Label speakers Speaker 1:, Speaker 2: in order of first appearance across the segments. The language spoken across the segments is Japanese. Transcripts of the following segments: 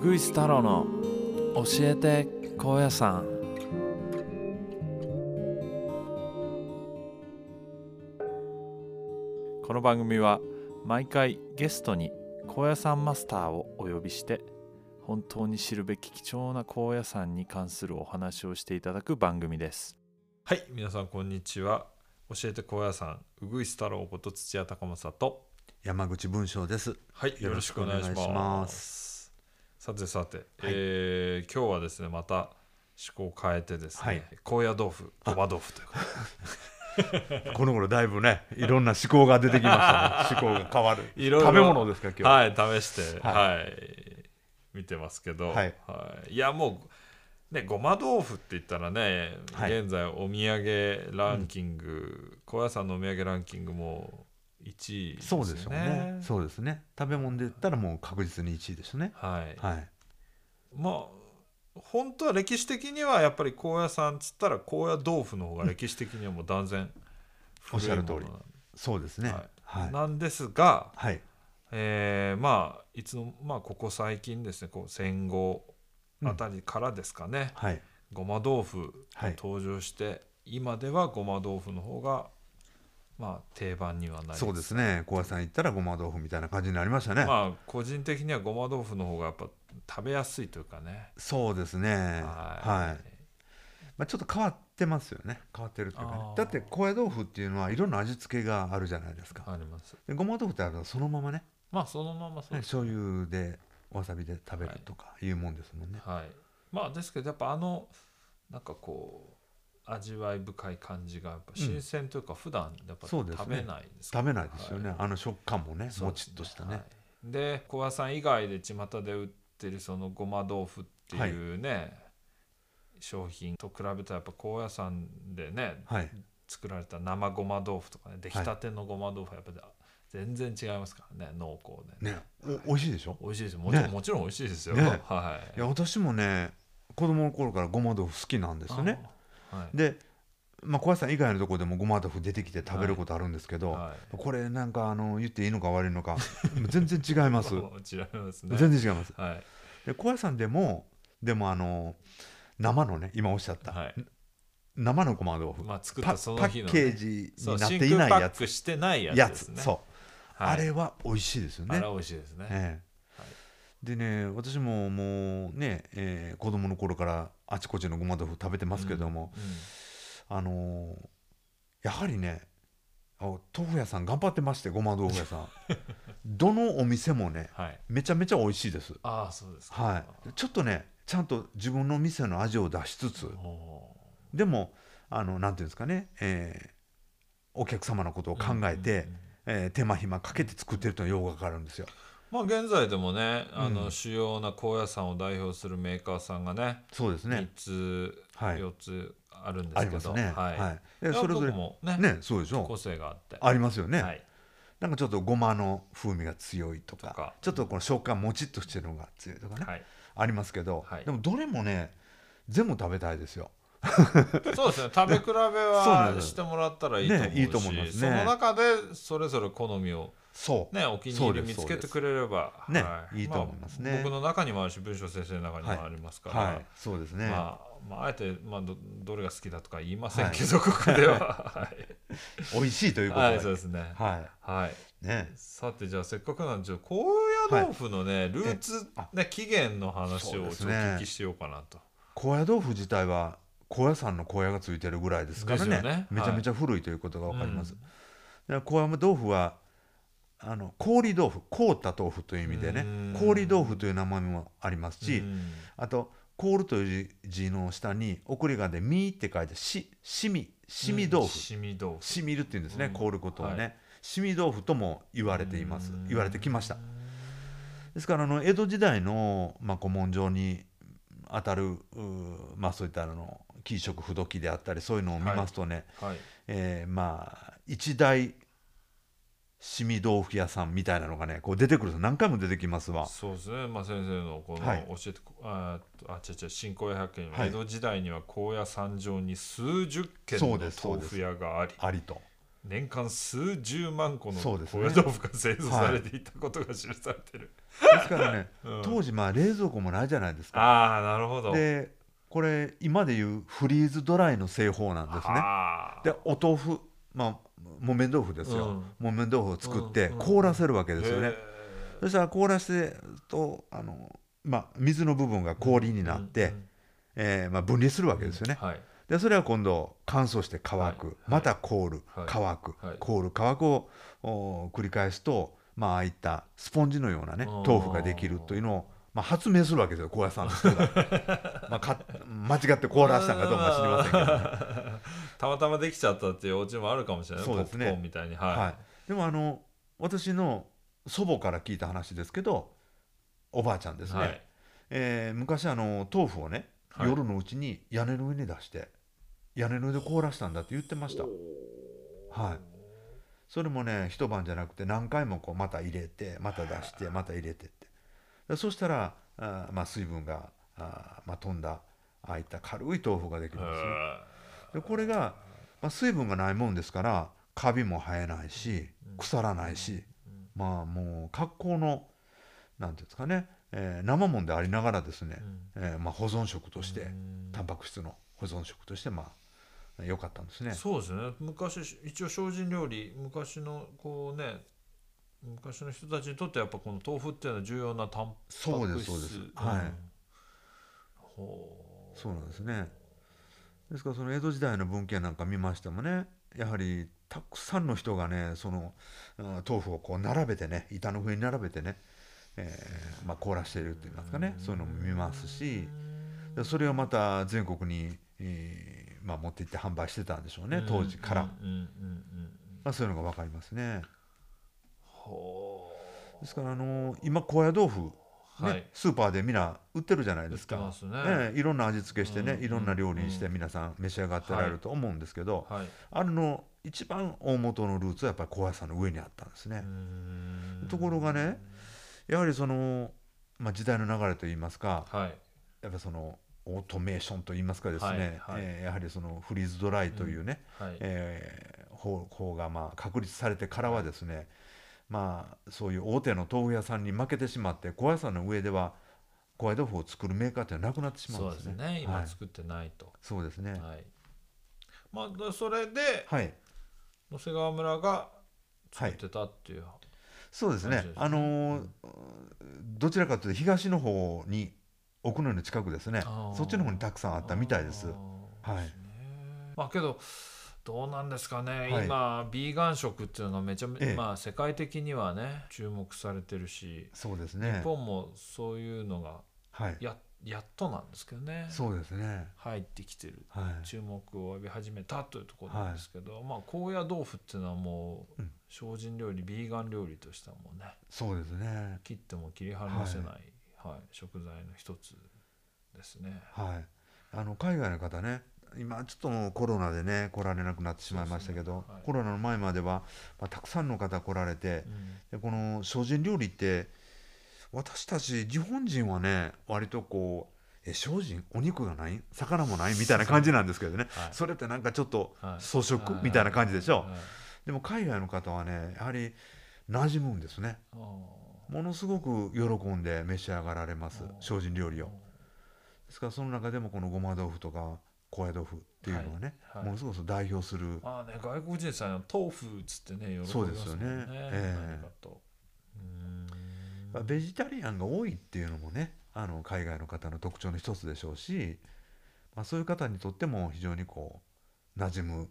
Speaker 1: グイス太郎の教えて高野山この番組は毎回ゲストに高野山マスターをお呼びして本当に知るべき貴重な高野山に関するお話をしていただく番組です
Speaker 2: はい、皆さんこんにちは。教えて高野山、うぐいす太郎こと土屋隆正と。
Speaker 3: 山口文章です。
Speaker 2: はい、よ
Speaker 3: よ
Speaker 2: ろ
Speaker 3: ろ
Speaker 2: し
Speaker 3: し
Speaker 2: く
Speaker 3: く
Speaker 2: お
Speaker 3: お
Speaker 2: 願
Speaker 3: 願
Speaker 2: い
Speaker 3: い
Speaker 2: し
Speaker 3: します
Speaker 2: ます。さてさて、えー今日はですね、また趣向を変えてですね、
Speaker 3: はい
Speaker 2: 高野豆腐、ごま豆腐ということで
Speaker 3: この頃だいぶね、いろんな思考が出てきま したね。思考が変わる。
Speaker 2: いろいろ
Speaker 3: 食べ物ですか今日。
Speaker 2: はい、試して、は、
Speaker 3: はい
Speaker 2: 見てますけど、
Speaker 3: はい
Speaker 2: はい、いや、もう、ね、ごま豆腐って言ったらね、
Speaker 3: はい
Speaker 2: 現在お土産ランキング、高野山のお土産ランキングも1位です
Speaker 3: そ
Speaker 2: よね。
Speaker 3: うでしょうね。そうですね。食べ物で言ったらもう確実に1位ですね。
Speaker 2: はい、
Speaker 3: はい。
Speaker 2: まあ本当は歴史的にはやっぱり高野山っつったら高野豆腐の方が歴史的にはもう断然
Speaker 3: おっしゃる通り
Speaker 2: 古いも
Speaker 3: そうですね。
Speaker 2: の
Speaker 3: はい。
Speaker 2: ななんですが、
Speaker 3: はい。
Speaker 2: えーまあいつのまあここ最近ですねこう戦後
Speaker 3: うん
Speaker 2: あたりからですかね、
Speaker 3: はい。
Speaker 2: ごま豆腐が
Speaker 3: はい
Speaker 2: 登場して、今ではごま豆腐の方がまあ定番にはなり
Speaker 3: そうですね。高野山行ったらごま豆腐みたいな感じになりましたね。
Speaker 2: まあ個人的にはごま豆腐の方がやっぱ食べやすいというかね
Speaker 3: そうですね。はいい。まあちょっと変わってますよね。変わってるっていうかね
Speaker 2: あー
Speaker 3: だって高野豆腐っていうのはいろんな味付けがあるじゃないですか。
Speaker 2: あります
Speaker 3: でごま豆腐ってあるのそのままね。
Speaker 2: まあそのままそう
Speaker 3: ね
Speaker 2: です
Speaker 3: 醤油でわさびで食べるとかいうもんですもんね。
Speaker 2: はい、まあですけどやっぱあのなんかこう味わい深い感じがやっぱ新鮮というか普段やっぱ
Speaker 3: そう
Speaker 2: 食
Speaker 3: ですね
Speaker 2: べないですから
Speaker 3: 食べないですよね、
Speaker 2: は
Speaker 3: あの食感もね
Speaker 2: そう
Speaker 3: も
Speaker 2: です
Speaker 3: ちっとしたね、
Speaker 2: はいで小屋さん以外で巷で売ってるそのごま豆腐っていうね、商品と比べたらやっぱ高野山でね
Speaker 3: はい
Speaker 2: 作られた生ごま豆腐とかね出来たてのごま豆腐はやっぱり全然違いますからね濃厚でね
Speaker 3: ねお美味しいでしょ
Speaker 2: 美味しいですもちろん、
Speaker 3: ね
Speaker 2: もちろん美味しいですよ、
Speaker 3: ね
Speaker 2: はい
Speaker 3: いや私もね子供の頃からごま豆腐好きなんですよね
Speaker 2: あはい
Speaker 3: で、まあ、小林さん以外のところでもごま豆腐出てきて食べることあるんですけど、
Speaker 2: はい
Speaker 3: これなんかあの言っていいのか悪いの かもう全然違います
Speaker 2: もう違いますね。
Speaker 3: 全然違います
Speaker 2: はい
Speaker 3: で小林さんでもでもあの生のね今おっしゃった、
Speaker 2: はい。
Speaker 3: 生のごま豆腐、
Speaker 2: まあ作っ
Speaker 3: パ
Speaker 2: たその日の、ね、
Speaker 3: パッケージ
Speaker 2: そう
Speaker 3: になっていない
Speaker 2: 真空パ
Speaker 3: や
Speaker 2: ック
Speaker 3: つ
Speaker 2: してないや
Speaker 3: や
Speaker 2: つです
Speaker 3: つ、
Speaker 2: ね。
Speaker 3: そう
Speaker 2: はい
Speaker 3: あれは美味しいですよね
Speaker 2: あれ美味しいですね。
Speaker 3: ええ
Speaker 2: はい
Speaker 3: でね私ももうね、えー子供の頃からあちこちのごま豆腐食べてますけども、あのーやはりねあ豆腐屋さん頑張ってましてごま豆腐 屋さんどのお店もね
Speaker 2: うんはい。
Speaker 3: めちゃめちゃ美味しいです
Speaker 2: ああそうですか。
Speaker 3: はいちょっとねちゃんと自分の店の味を出しつつ
Speaker 2: おお
Speaker 3: でもあのなんていうんですかね、えーお客様のことを
Speaker 2: ー。
Speaker 3: 考えて、
Speaker 2: うんうんうん
Speaker 3: えー手間暇かけて作ってるというのはよくわかるんですよ
Speaker 2: まあ現在でもね、あの
Speaker 3: うん
Speaker 2: 主要な高野山を代表するメーカーさんがね、
Speaker 3: そうですね
Speaker 2: 三つ
Speaker 3: はい
Speaker 2: 四つあるんで
Speaker 3: あ
Speaker 2: す
Speaker 3: り
Speaker 2: け
Speaker 3: ます
Speaker 2: ど、
Speaker 3: ね。
Speaker 2: はい。
Speaker 3: でそれぞれ
Speaker 2: 僕もね
Speaker 3: ね、そうでし
Speaker 2: 個
Speaker 3: ょ。
Speaker 2: 性があって、
Speaker 3: ありますよね。
Speaker 2: はい。
Speaker 3: なんかちょっとごまの風味が強いとか、
Speaker 2: とか
Speaker 3: ちょっとこの食感もちっとしてるのが強いとかね、
Speaker 2: はい。
Speaker 3: ありますけど、
Speaker 2: はい
Speaker 3: でもどれもね、全部食べたいですよ。
Speaker 2: そうですね食べ比べ
Speaker 3: そうなん
Speaker 2: は
Speaker 3: です
Speaker 2: してもらったらいいと思うし、
Speaker 3: ねいいと思いますね
Speaker 2: その中でそれぞれ好みを、
Speaker 3: そう。
Speaker 2: ね、お気に
Speaker 3: そ
Speaker 2: 入
Speaker 3: う
Speaker 2: り
Speaker 3: です
Speaker 2: 見つけてくれれば、
Speaker 3: そうですねいいと思いますね
Speaker 2: あ僕の中にもあるし文章先生の中にもありますから、
Speaker 3: はい、そうですね。
Speaker 2: まあ、まあ、あえて、まあ、どどれが好きだとか言いませんけど、ここでははい
Speaker 3: 美味しいということで。
Speaker 2: はいそうですね
Speaker 3: は
Speaker 2: はい
Speaker 3: い。ね。
Speaker 2: さてじゃあせっかくなんでちょっと高野豆腐のね、ルーツ
Speaker 3: あ、
Speaker 2: ね、起源の話
Speaker 3: そ
Speaker 2: を
Speaker 3: うで
Speaker 2: ち
Speaker 3: す
Speaker 2: ょっとお
Speaker 3: ね
Speaker 2: 聞きしようかなと、
Speaker 3: 高野豆腐自体は高野山の高野がついてるぐらいですから
Speaker 2: です
Speaker 3: ね
Speaker 2: よねはい
Speaker 3: めちゃめちゃ古いということがわかります。
Speaker 2: うん
Speaker 3: だから高野豆腐はあの氷豆腐凍った豆腐という意味でね
Speaker 2: うん
Speaker 3: 氷豆腐という名前もありますし、
Speaker 2: うん
Speaker 3: あと「凍る」という字の下に送り仮名で「み」って書いて「し」「しみ」「しみ豆腐」
Speaker 2: しみ豆
Speaker 3: 「
Speaker 2: 腐
Speaker 3: しみる」っていうんですね、
Speaker 2: うん
Speaker 3: 凍ることをね、
Speaker 2: は
Speaker 3: しみ豆腐とも言われています
Speaker 2: うん
Speaker 3: 言われてきましたですからあの江戸時代の、まあ、古文書にあたるうーまあ、そういったあの貴食不土器であったりそういうのを見ますとね、
Speaker 2: はい
Speaker 3: えーまあ一大しみ豆腐屋さんみたいなのがねこう出てくるんです何回も出てきますわ
Speaker 2: そうですね、まあ、先生のこの
Speaker 3: はい
Speaker 2: 教えてこ、あーあ違う違う新高野百軒には
Speaker 3: はい
Speaker 2: 江戸時代には高野山上に数十軒
Speaker 3: そ
Speaker 2: の
Speaker 3: うですそう
Speaker 2: 豆
Speaker 3: です
Speaker 2: 腐屋があり
Speaker 3: ありと
Speaker 2: 年間数十万個の
Speaker 3: そうですね
Speaker 2: 高野豆腐が製造されていたことが記されてる、
Speaker 3: ですからね
Speaker 2: うん
Speaker 3: 当時まあ冷蔵庫もないじゃないですか
Speaker 2: ああなるほど
Speaker 3: でこれ今でいうフリーズドライの製法なんですね
Speaker 2: あー
Speaker 3: でお豆腐まあ木綿豆腐ですよ、木綿豆腐を作って
Speaker 2: うんうん
Speaker 3: 凍らせるわけですよね、
Speaker 2: へ
Speaker 3: そしたら凍らせるとあの、まあ、水の部分が氷に
Speaker 2: ー
Speaker 3: なって、
Speaker 2: うん
Speaker 3: えーまあ、分離するわけですよね、
Speaker 2: はい
Speaker 3: でそれは今度乾燥して乾く、
Speaker 2: はい
Speaker 3: また凍る、
Speaker 2: はい
Speaker 3: 乾く、
Speaker 2: はい
Speaker 3: 凍る乾くをおー繰り返すとまあああいったスポンジのようなね豆腐ができるというのを、まあ、発明するわけですよ高野さんの 人が、まあ、か 間違って凍らしたんかどうかは知りませんけど、ね
Speaker 2: たまたまできちゃったっていうお家もあるかもしれない
Speaker 3: そうです
Speaker 2: ポ
Speaker 3: ね
Speaker 2: ップコーンみたいにはい、
Speaker 3: はい、でもあの私の祖母から聞いた話ですけどおばあちゃんですね、
Speaker 2: はい
Speaker 3: えー昔あの豆腐をね、
Speaker 2: はい
Speaker 3: 夜のうちに屋根の上に出して屋根の上で凍らしたんだって言ってましたはいそれもね一晩じゃなくて何回もこうまた入れてまた出してまた入れてってでそしたらあー、まあ、水分があー、まあ、飛んだああいった軽い豆腐ができるんですよでこれが、まあ、水分がないもんですからカビも生えないし腐らないし、まあもう格好のなんていうんですかね、えー生もんでありながらですね、えーまあ、保存食として、
Speaker 2: うん
Speaker 3: タンパク質の保存食としてまあ良かったんですね。
Speaker 2: そうですね昔一応精進料理昔のこうね昔の人たちにとってはやっぱこの豆腐っていうのは重要なタンパク質
Speaker 3: そうですそうですはい
Speaker 2: んほう
Speaker 3: そうなんですねですからその江戸時代の文献なんか見ましてもねやはりたくさんの人がねそのうん豆腐をこう並べてね板の上に並べてね、えーまあ、凍らしているといいますかねそういうのも見ますしでそれをまた全国に、えーまあ、持って行って販売してたんでしょうね当時から、
Speaker 2: うんうんうんうん
Speaker 3: まあ、そういうのが分かりますね
Speaker 2: ほ
Speaker 3: ですから、あのー今高野豆腐、ね
Speaker 2: うはい
Speaker 3: スーパーでみんな売ってるじゃない
Speaker 2: 売
Speaker 3: で
Speaker 2: っ
Speaker 3: す
Speaker 2: て
Speaker 3: か
Speaker 2: ますね
Speaker 3: ええいろんな味付けしてね、
Speaker 2: うん
Speaker 3: いろんな料理にして
Speaker 2: う
Speaker 3: 皆さん召し上がってられると思うんですけど、
Speaker 2: はい
Speaker 3: あれの一番大元のルーツはやっぱり高野山の上にあったんですね
Speaker 2: う、ん
Speaker 3: ところがねやはりその、まあ、時代の流れといいますか
Speaker 2: はい
Speaker 3: やっぱそのオートメーションといいますかですね、
Speaker 2: はいはい
Speaker 3: ええやはりそのフリーズドライというね、
Speaker 2: はい
Speaker 3: えー方法がまあ確立されてからはですね、まあそういう大手の豆腐屋さんに負けてしまって高野山の上では高野豆腐を作るメーカーってなくなってしまう
Speaker 2: そ
Speaker 3: ん
Speaker 2: う
Speaker 3: で
Speaker 2: ですす
Speaker 3: ね。
Speaker 2: ね
Speaker 3: は
Speaker 2: 今
Speaker 3: い
Speaker 2: 作ってないと
Speaker 3: そうですね。
Speaker 2: はいまあそれで
Speaker 3: はい、
Speaker 2: 野瀬川村が
Speaker 3: は
Speaker 2: 作っ
Speaker 3: い、
Speaker 2: てたっていう
Speaker 3: そうです
Speaker 2: 感
Speaker 3: ね
Speaker 2: じですね
Speaker 3: あのーどちらかというと東の方に奥のの近くですね
Speaker 2: あー
Speaker 3: そっちの方にたくさんあったみたいです
Speaker 2: あー
Speaker 3: はい
Speaker 2: ですねまあけどどうなんですかね、
Speaker 3: はい
Speaker 2: 今ビーガン食っていうのがめちゃめちゃ、
Speaker 3: ええ
Speaker 2: まあ世界的にはね注目されてるし、
Speaker 3: そうですね
Speaker 2: 日本もそういうのが
Speaker 3: はい
Speaker 2: ややっとなんですけどね
Speaker 3: そうですね
Speaker 2: 入ってきてる
Speaker 3: はい
Speaker 2: 注目を浴び始めたというところなんですけど、まあ高野豆腐っていうのはもう、
Speaker 3: うん
Speaker 2: 精進料理ビーガン料理としてはもうね
Speaker 3: そうですね
Speaker 2: 切っても切り離せない、はい食材の一つですね。
Speaker 3: はいあの海外の方ね今ちょっともうコロナでね来られなくなってしまいましたけ
Speaker 2: そう
Speaker 3: ど、
Speaker 2: ですねはい
Speaker 3: コロナの前までは、まあ、たくさんの方来られて
Speaker 2: う、ん
Speaker 3: でこの精進料理って私たち日本人はね割とこうえ精進お肉がない魚もないみたいな感じなんですけどね
Speaker 2: はい
Speaker 3: それってなんかちょっと
Speaker 2: はい
Speaker 3: 装飾
Speaker 2: はい
Speaker 3: みたいな感じでしょ
Speaker 2: はい
Speaker 3: でも海外の方はねやはり馴染むんですね
Speaker 2: あ
Speaker 3: ものすごく喜んで召し上がられます
Speaker 2: あー
Speaker 3: 精進料理
Speaker 2: ー
Speaker 3: をですからその中でもこのごま豆腐とか高野豆腐っていうのはね、
Speaker 2: はいはい
Speaker 3: ものすごく代表する
Speaker 2: まあね外国人さんは豆腐っつってね喜びます
Speaker 3: そ
Speaker 2: も
Speaker 3: うんで
Speaker 2: ね。
Speaker 3: すよねええ
Speaker 2: 何かと。うー
Speaker 3: まあ
Speaker 2: ん
Speaker 3: ベジタリアンが多いっていうのもねあの海外の方の特徴の一つでしょうし、まあ、そういう方にとっても非常にこう馴染む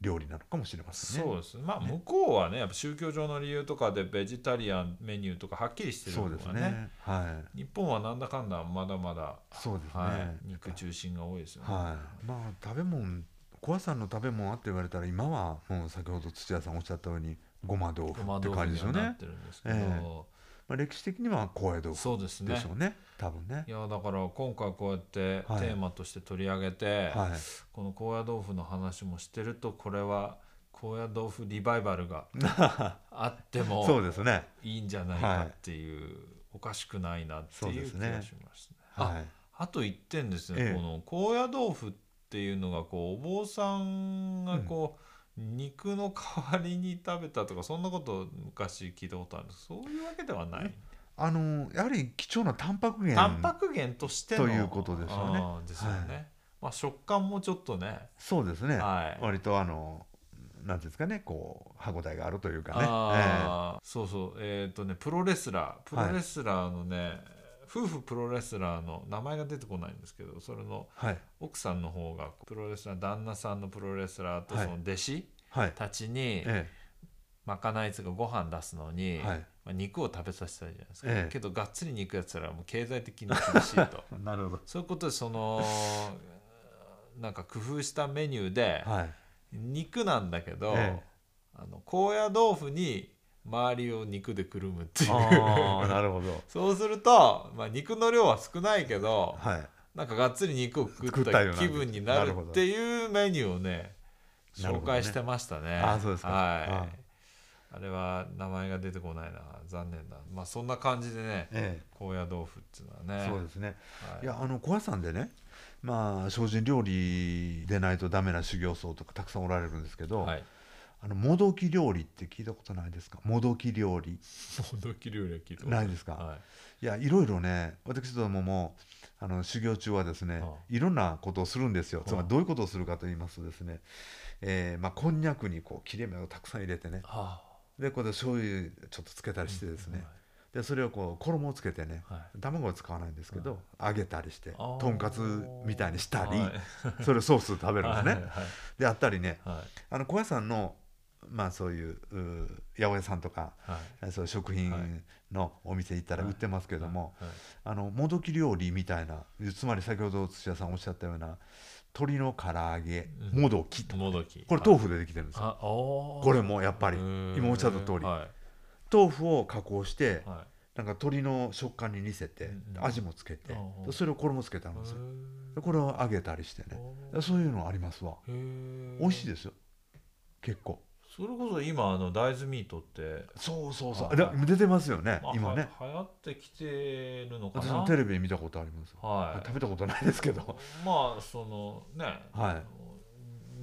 Speaker 3: 料理なのかもしれませんね。
Speaker 2: そうですねまあ
Speaker 3: ね
Speaker 2: 向こうはねやっぱ宗教上の理由とかでベジタリアンメニューとかはっきりしてる
Speaker 3: そ
Speaker 2: の
Speaker 3: う
Speaker 2: が
Speaker 3: です
Speaker 2: ね
Speaker 3: ね。はい。
Speaker 2: 日本はなんだかんだまだまだ、
Speaker 3: そうですね。
Speaker 2: はい、肉中心が多いですよね。
Speaker 3: はい。まあ食べ物、小屋さんの食べ物はって言われたら今はもう先ほど土屋さんおっしゃったようにごま豆腐
Speaker 2: ごま
Speaker 3: って
Speaker 2: 豆腐
Speaker 3: 感じ
Speaker 2: には
Speaker 3: でしょう
Speaker 2: なっ
Speaker 3: ね。
Speaker 2: てるんですけど、
Speaker 3: えまあ歴史的には高野豆腐
Speaker 2: そうですね
Speaker 3: でしょうね。多分ね
Speaker 2: い。やだから今回こうやって
Speaker 3: はい
Speaker 2: テーマとして取り上げて、
Speaker 3: はい。
Speaker 2: この高野豆腐の話もしてるとこれは高野豆腐リバイバル があって
Speaker 3: そう
Speaker 2: も
Speaker 3: ですね。
Speaker 2: いいんじゃないかっていう、おかしくないなって
Speaker 3: そう
Speaker 2: い
Speaker 3: で
Speaker 2: う
Speaker 3: す
Speaker 2: 気
Speaker 3: ね
Speaker 2: がしましたね。あ
Speaker 3: はい。
Speaker 2: あと一点ですね、
Speaker 3: ええ
Speaker 2: この高野豆腐っていうのがこうお坊さんがこう、肉の代わりに食べたとかそんなこと昔聞いたことあるそういうわけではない
Speaker 3: あのやはり貴重なタンパク源
Speaker 2: タンパク源としての
Speaker 3: ということですよね
Speaker 2: あーですよねまあ、食感もちょっとね
Speaker 3: そうですね、
Speaker 2: はい
Speaker 3: 割とあのなんていうんですかねこう歯応えがあるというかね、
Speaker 2: ああ、そうそうえっ、とねプロレスラープロレスラーのね、夫婦プロレスラーの名前が出てこないんですけどそれの
Speaker 3: ええはい
Speaker 2: 奥さんの方がプロレスラー旦那さんのプロレスラーと
Speaker 3: はい
Speaker 2: その弟子
Speaker 3: はい
Speaker 2: たちに、
Speaker 3: え
Speaker 2: まかないつがご飯出すのに、
Speaker 3: はい
Speaker 2: まあ、肉を食べさせたじゃないですか、
Speaker 3: ええ
Speaker 2: けどがっつり肉やってたらもう経済的に厳しいと
Speaker 3: えなるほど
Speaker 2: そういうことでそのなんか工夫したメニューで、
Speaker 3: はい
Speaker 2: 肉なんだけど、
Speaker 3: ええ
Speaker 2: あの高野豆腐に周りを肉でくるむっていう
Speaker 3: あ あなるほど
Speaker 2: そうすると、まあ、肉の量は少ないけど
Speaker 3: はい
Speaker 2: なんかがっつり肉を食っ
Speaker 3: 食ったよ
Speaker 2: た
Speaker 3: う
Speaker 2: 気
Speaker 3: な
Speaker 2: 分になる
Speaker 3: なるほど
Speaker 2: っていうメニューをね
Speaker 3: なる
Speaker 2: 紹
Speaker 3: ほどね
Speaker 2: 介してましたね
Speaker 3: あそうですか
Speaker 2: は
Speaker 3: あ
Speaker 2: いあれは名前が出てこないな残念だまあそんな感じでね
Speaker 3: え
Speaker 2: 高野豆腐っていうのは
Speaker 3: え
Speaker 2: ね
Speaker 3: そうですね
Speaker 2: はい
Speaker 3: いやあの小屋さんでねまあ精進料理でないとダメな修行僧とかたくさんおられるんですけど、
Speaker 2: はい
Speaker 3: あのもどき料理って聞いたことないですかもどき料理
Speaker 2: もどき料理は聞いたこと
Speaker 3: ないですか、
Speaker 2: はい
Speaker 3: いやいろいろね私どももあの修行中はですね、
Speaker 2: ああ
Speaker 3: いろんなことをするんですよつ
Speaker 2: あ
Speaker 3: ま
Speaker 2: あ
Speaker 3: りどういうことをするかと言いますとですね、えーまあ、こんにゃくにこう切れ目をたくさん入れてね
Speaker 2: は
Speaker 3: でこれで醤油ちょっとつけたりしてですね、でそれをこう衣をつけてね
Speaker 2: あはい
Speaker 3: 卵を使わないんですけど、揚げたりして
Speaker 2: ああ
Speaker 3: とんかつみたいにしたり、
Speaker 2: はい
Speaker 3: それをソースで食べるんで
Speaker 2: は
Speaker 3: す
Speaker 2: い
Speaker 3: ね、
Speaker 2: はいはい
Speaker 3: であったりね
Speaker 2: はい
Speaker 3: あの小屋さんのまあそういううー八百屋さんとか
Speaker 2: はい
Speaker 3: そういう食品のお店行ったら売ってますけども、
Speaker 2: はい
Speaker 3: あのもどき料理みたいなつまり先ほど土屋さんおっしゃったような鶏の唐揚げ
Speaker 2: うん
Speaker 3: もどきと
Speaker 2: もどき
Speaker 3: これ
Speaker 2: 腐
Speaker 3: 豆腐でできてるんですよ
Speaker 2: あお
Speaker 3: これもやっぱ
Speaker 2: ぱ
Speaker 3: り今おっしゃった通り
Speaker 2: は
Speaker 3: 豆腐を加工して
Speaker 2: いは
Speaker 3: なんか鶏の食感に似せて
Speaker 2: うんうん
Speaker 3: 味もつけて
Speaker 2: うんうん
Speaker 3: それを衣つけた
Speaker 2: い
Speaker 3: んですよ
Speaker 2: へ
Speaker 3: でこれを揚げたりしてね
Speaker 2: ー
Speaker 3: そういうのありますわ美
Speaker 2: 美
Speaker 3: 味しい
Speaker 2: で
Speaker 3: ですよ結構
Speaker 2: すそれこそ今あの大豆ミートって
Speaker 3: そうそうそう
Speaker 2: あ
Speaker 3: で出てますよね
Speaker 2: まあ
Speaker 3: 今ね
Speaker 2: は流行ってきてるのか
Speaker 3: 私
Speaker 2: な
Speaker 3: もテレビで見たことあります
Speaker 2: はい
Speaker 3: 食べたことないですけど
Speaker 2: まあそのね
Speaker 3: は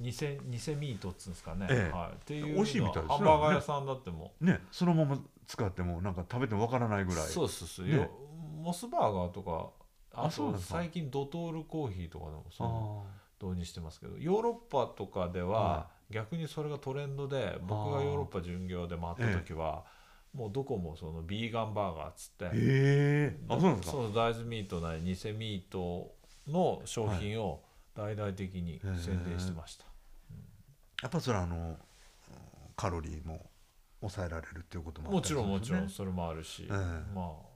Speaker 3: い
Speaker 2: 偽偽ミートっつうんですかね、
Speaker 3: ええ
Speaker 2: はい、っていう
Speaker 3: 美味しいみたいですね
Speaker 2: ハンバーガー屋さんだっても
Speaker 3: ねそのまま使ってもなんか食べてもわからないぐらい
Speaker 2: そうそうそう、
Speaker 3: ね
Speaker 2: よモスバーガーとかあ
Speaker 3: あそうなん
Speaker 2: と
Speaker 3: ですか
Speaker 2: 最近ドトールコーヒーとかでも
Speaker 3: あ
Speaker 2: そう
Speaker 3: ー
Speaker 2: 導入してますけどヨーロッパとかでは
Speaker 3: は
Speaker 2: 逆にそれがトレンドで僕がヨーロッパ巡業で回った時はもうどこもそのビーガンバーガーっつって
Speaker 3: ええあそうなんですか
Speaker 2: そう大豆ミートなり偽ミートの商品を大々的に宣伝してました、
Speaker 3: やっぱそれはあのカロリーも抑えられるっていうこともあ
Speaker 2: も
Speaker 3: った
Speaker 2: ち
Speaker 3: り
Speaker 2: ろんも
Speaker 3: す
Speaker 2: ち
Speaker 3: る
Speaker 2: ろ
Speaker 3: ん
Speaker 2: ん
Speaker 3: です
Speaker 2: それもあるし、
Speaker 3: ええ
Speaker 2: まあ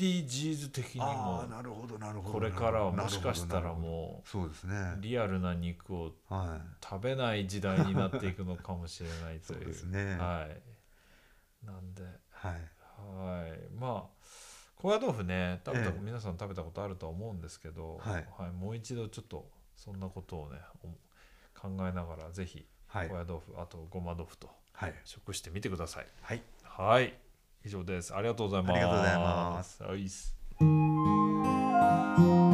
Speaker 2: SDGs 的に
Speaker 3: ねあ
Speaker 2: も
Speaker 3: あなるほどなるほど
Speaker 2: これからはもしかした
Speaker 3: な
Speaker 2: ら
Speaker 3: るほど
Speaker 2: も
Speaker 3: そうですね
Speaker 2: うリアルな肉を
Speaker 3: は
Speaker 2: 食べない時代になっていくのかもしれないという
Speaker 3: そうですね
Speaker 2: はい、なんで
Speaker 3: いはい
Speaker 2: はいまあ高野豆腐ね食べた、
Speaker 3: ええ
Speaker 2: 皆さん食べたことあるとは思うんですけど、
Speaker 3: はい
Speaker 2: もう一度ちょっとそんなことをねお考えながらぜひ
Speaker 3: は
Speaker 2: 高
Speaker 3: い
Speaker 2: 野豆腐、あとごま豆腐と
Speaker 3: はい
Speaker 2: 食してみてください
Speaker 3: はい
Speaker 2: はい以上ですありがとうございます
Speaker 3: ありがとうございます
Speaker 2: はい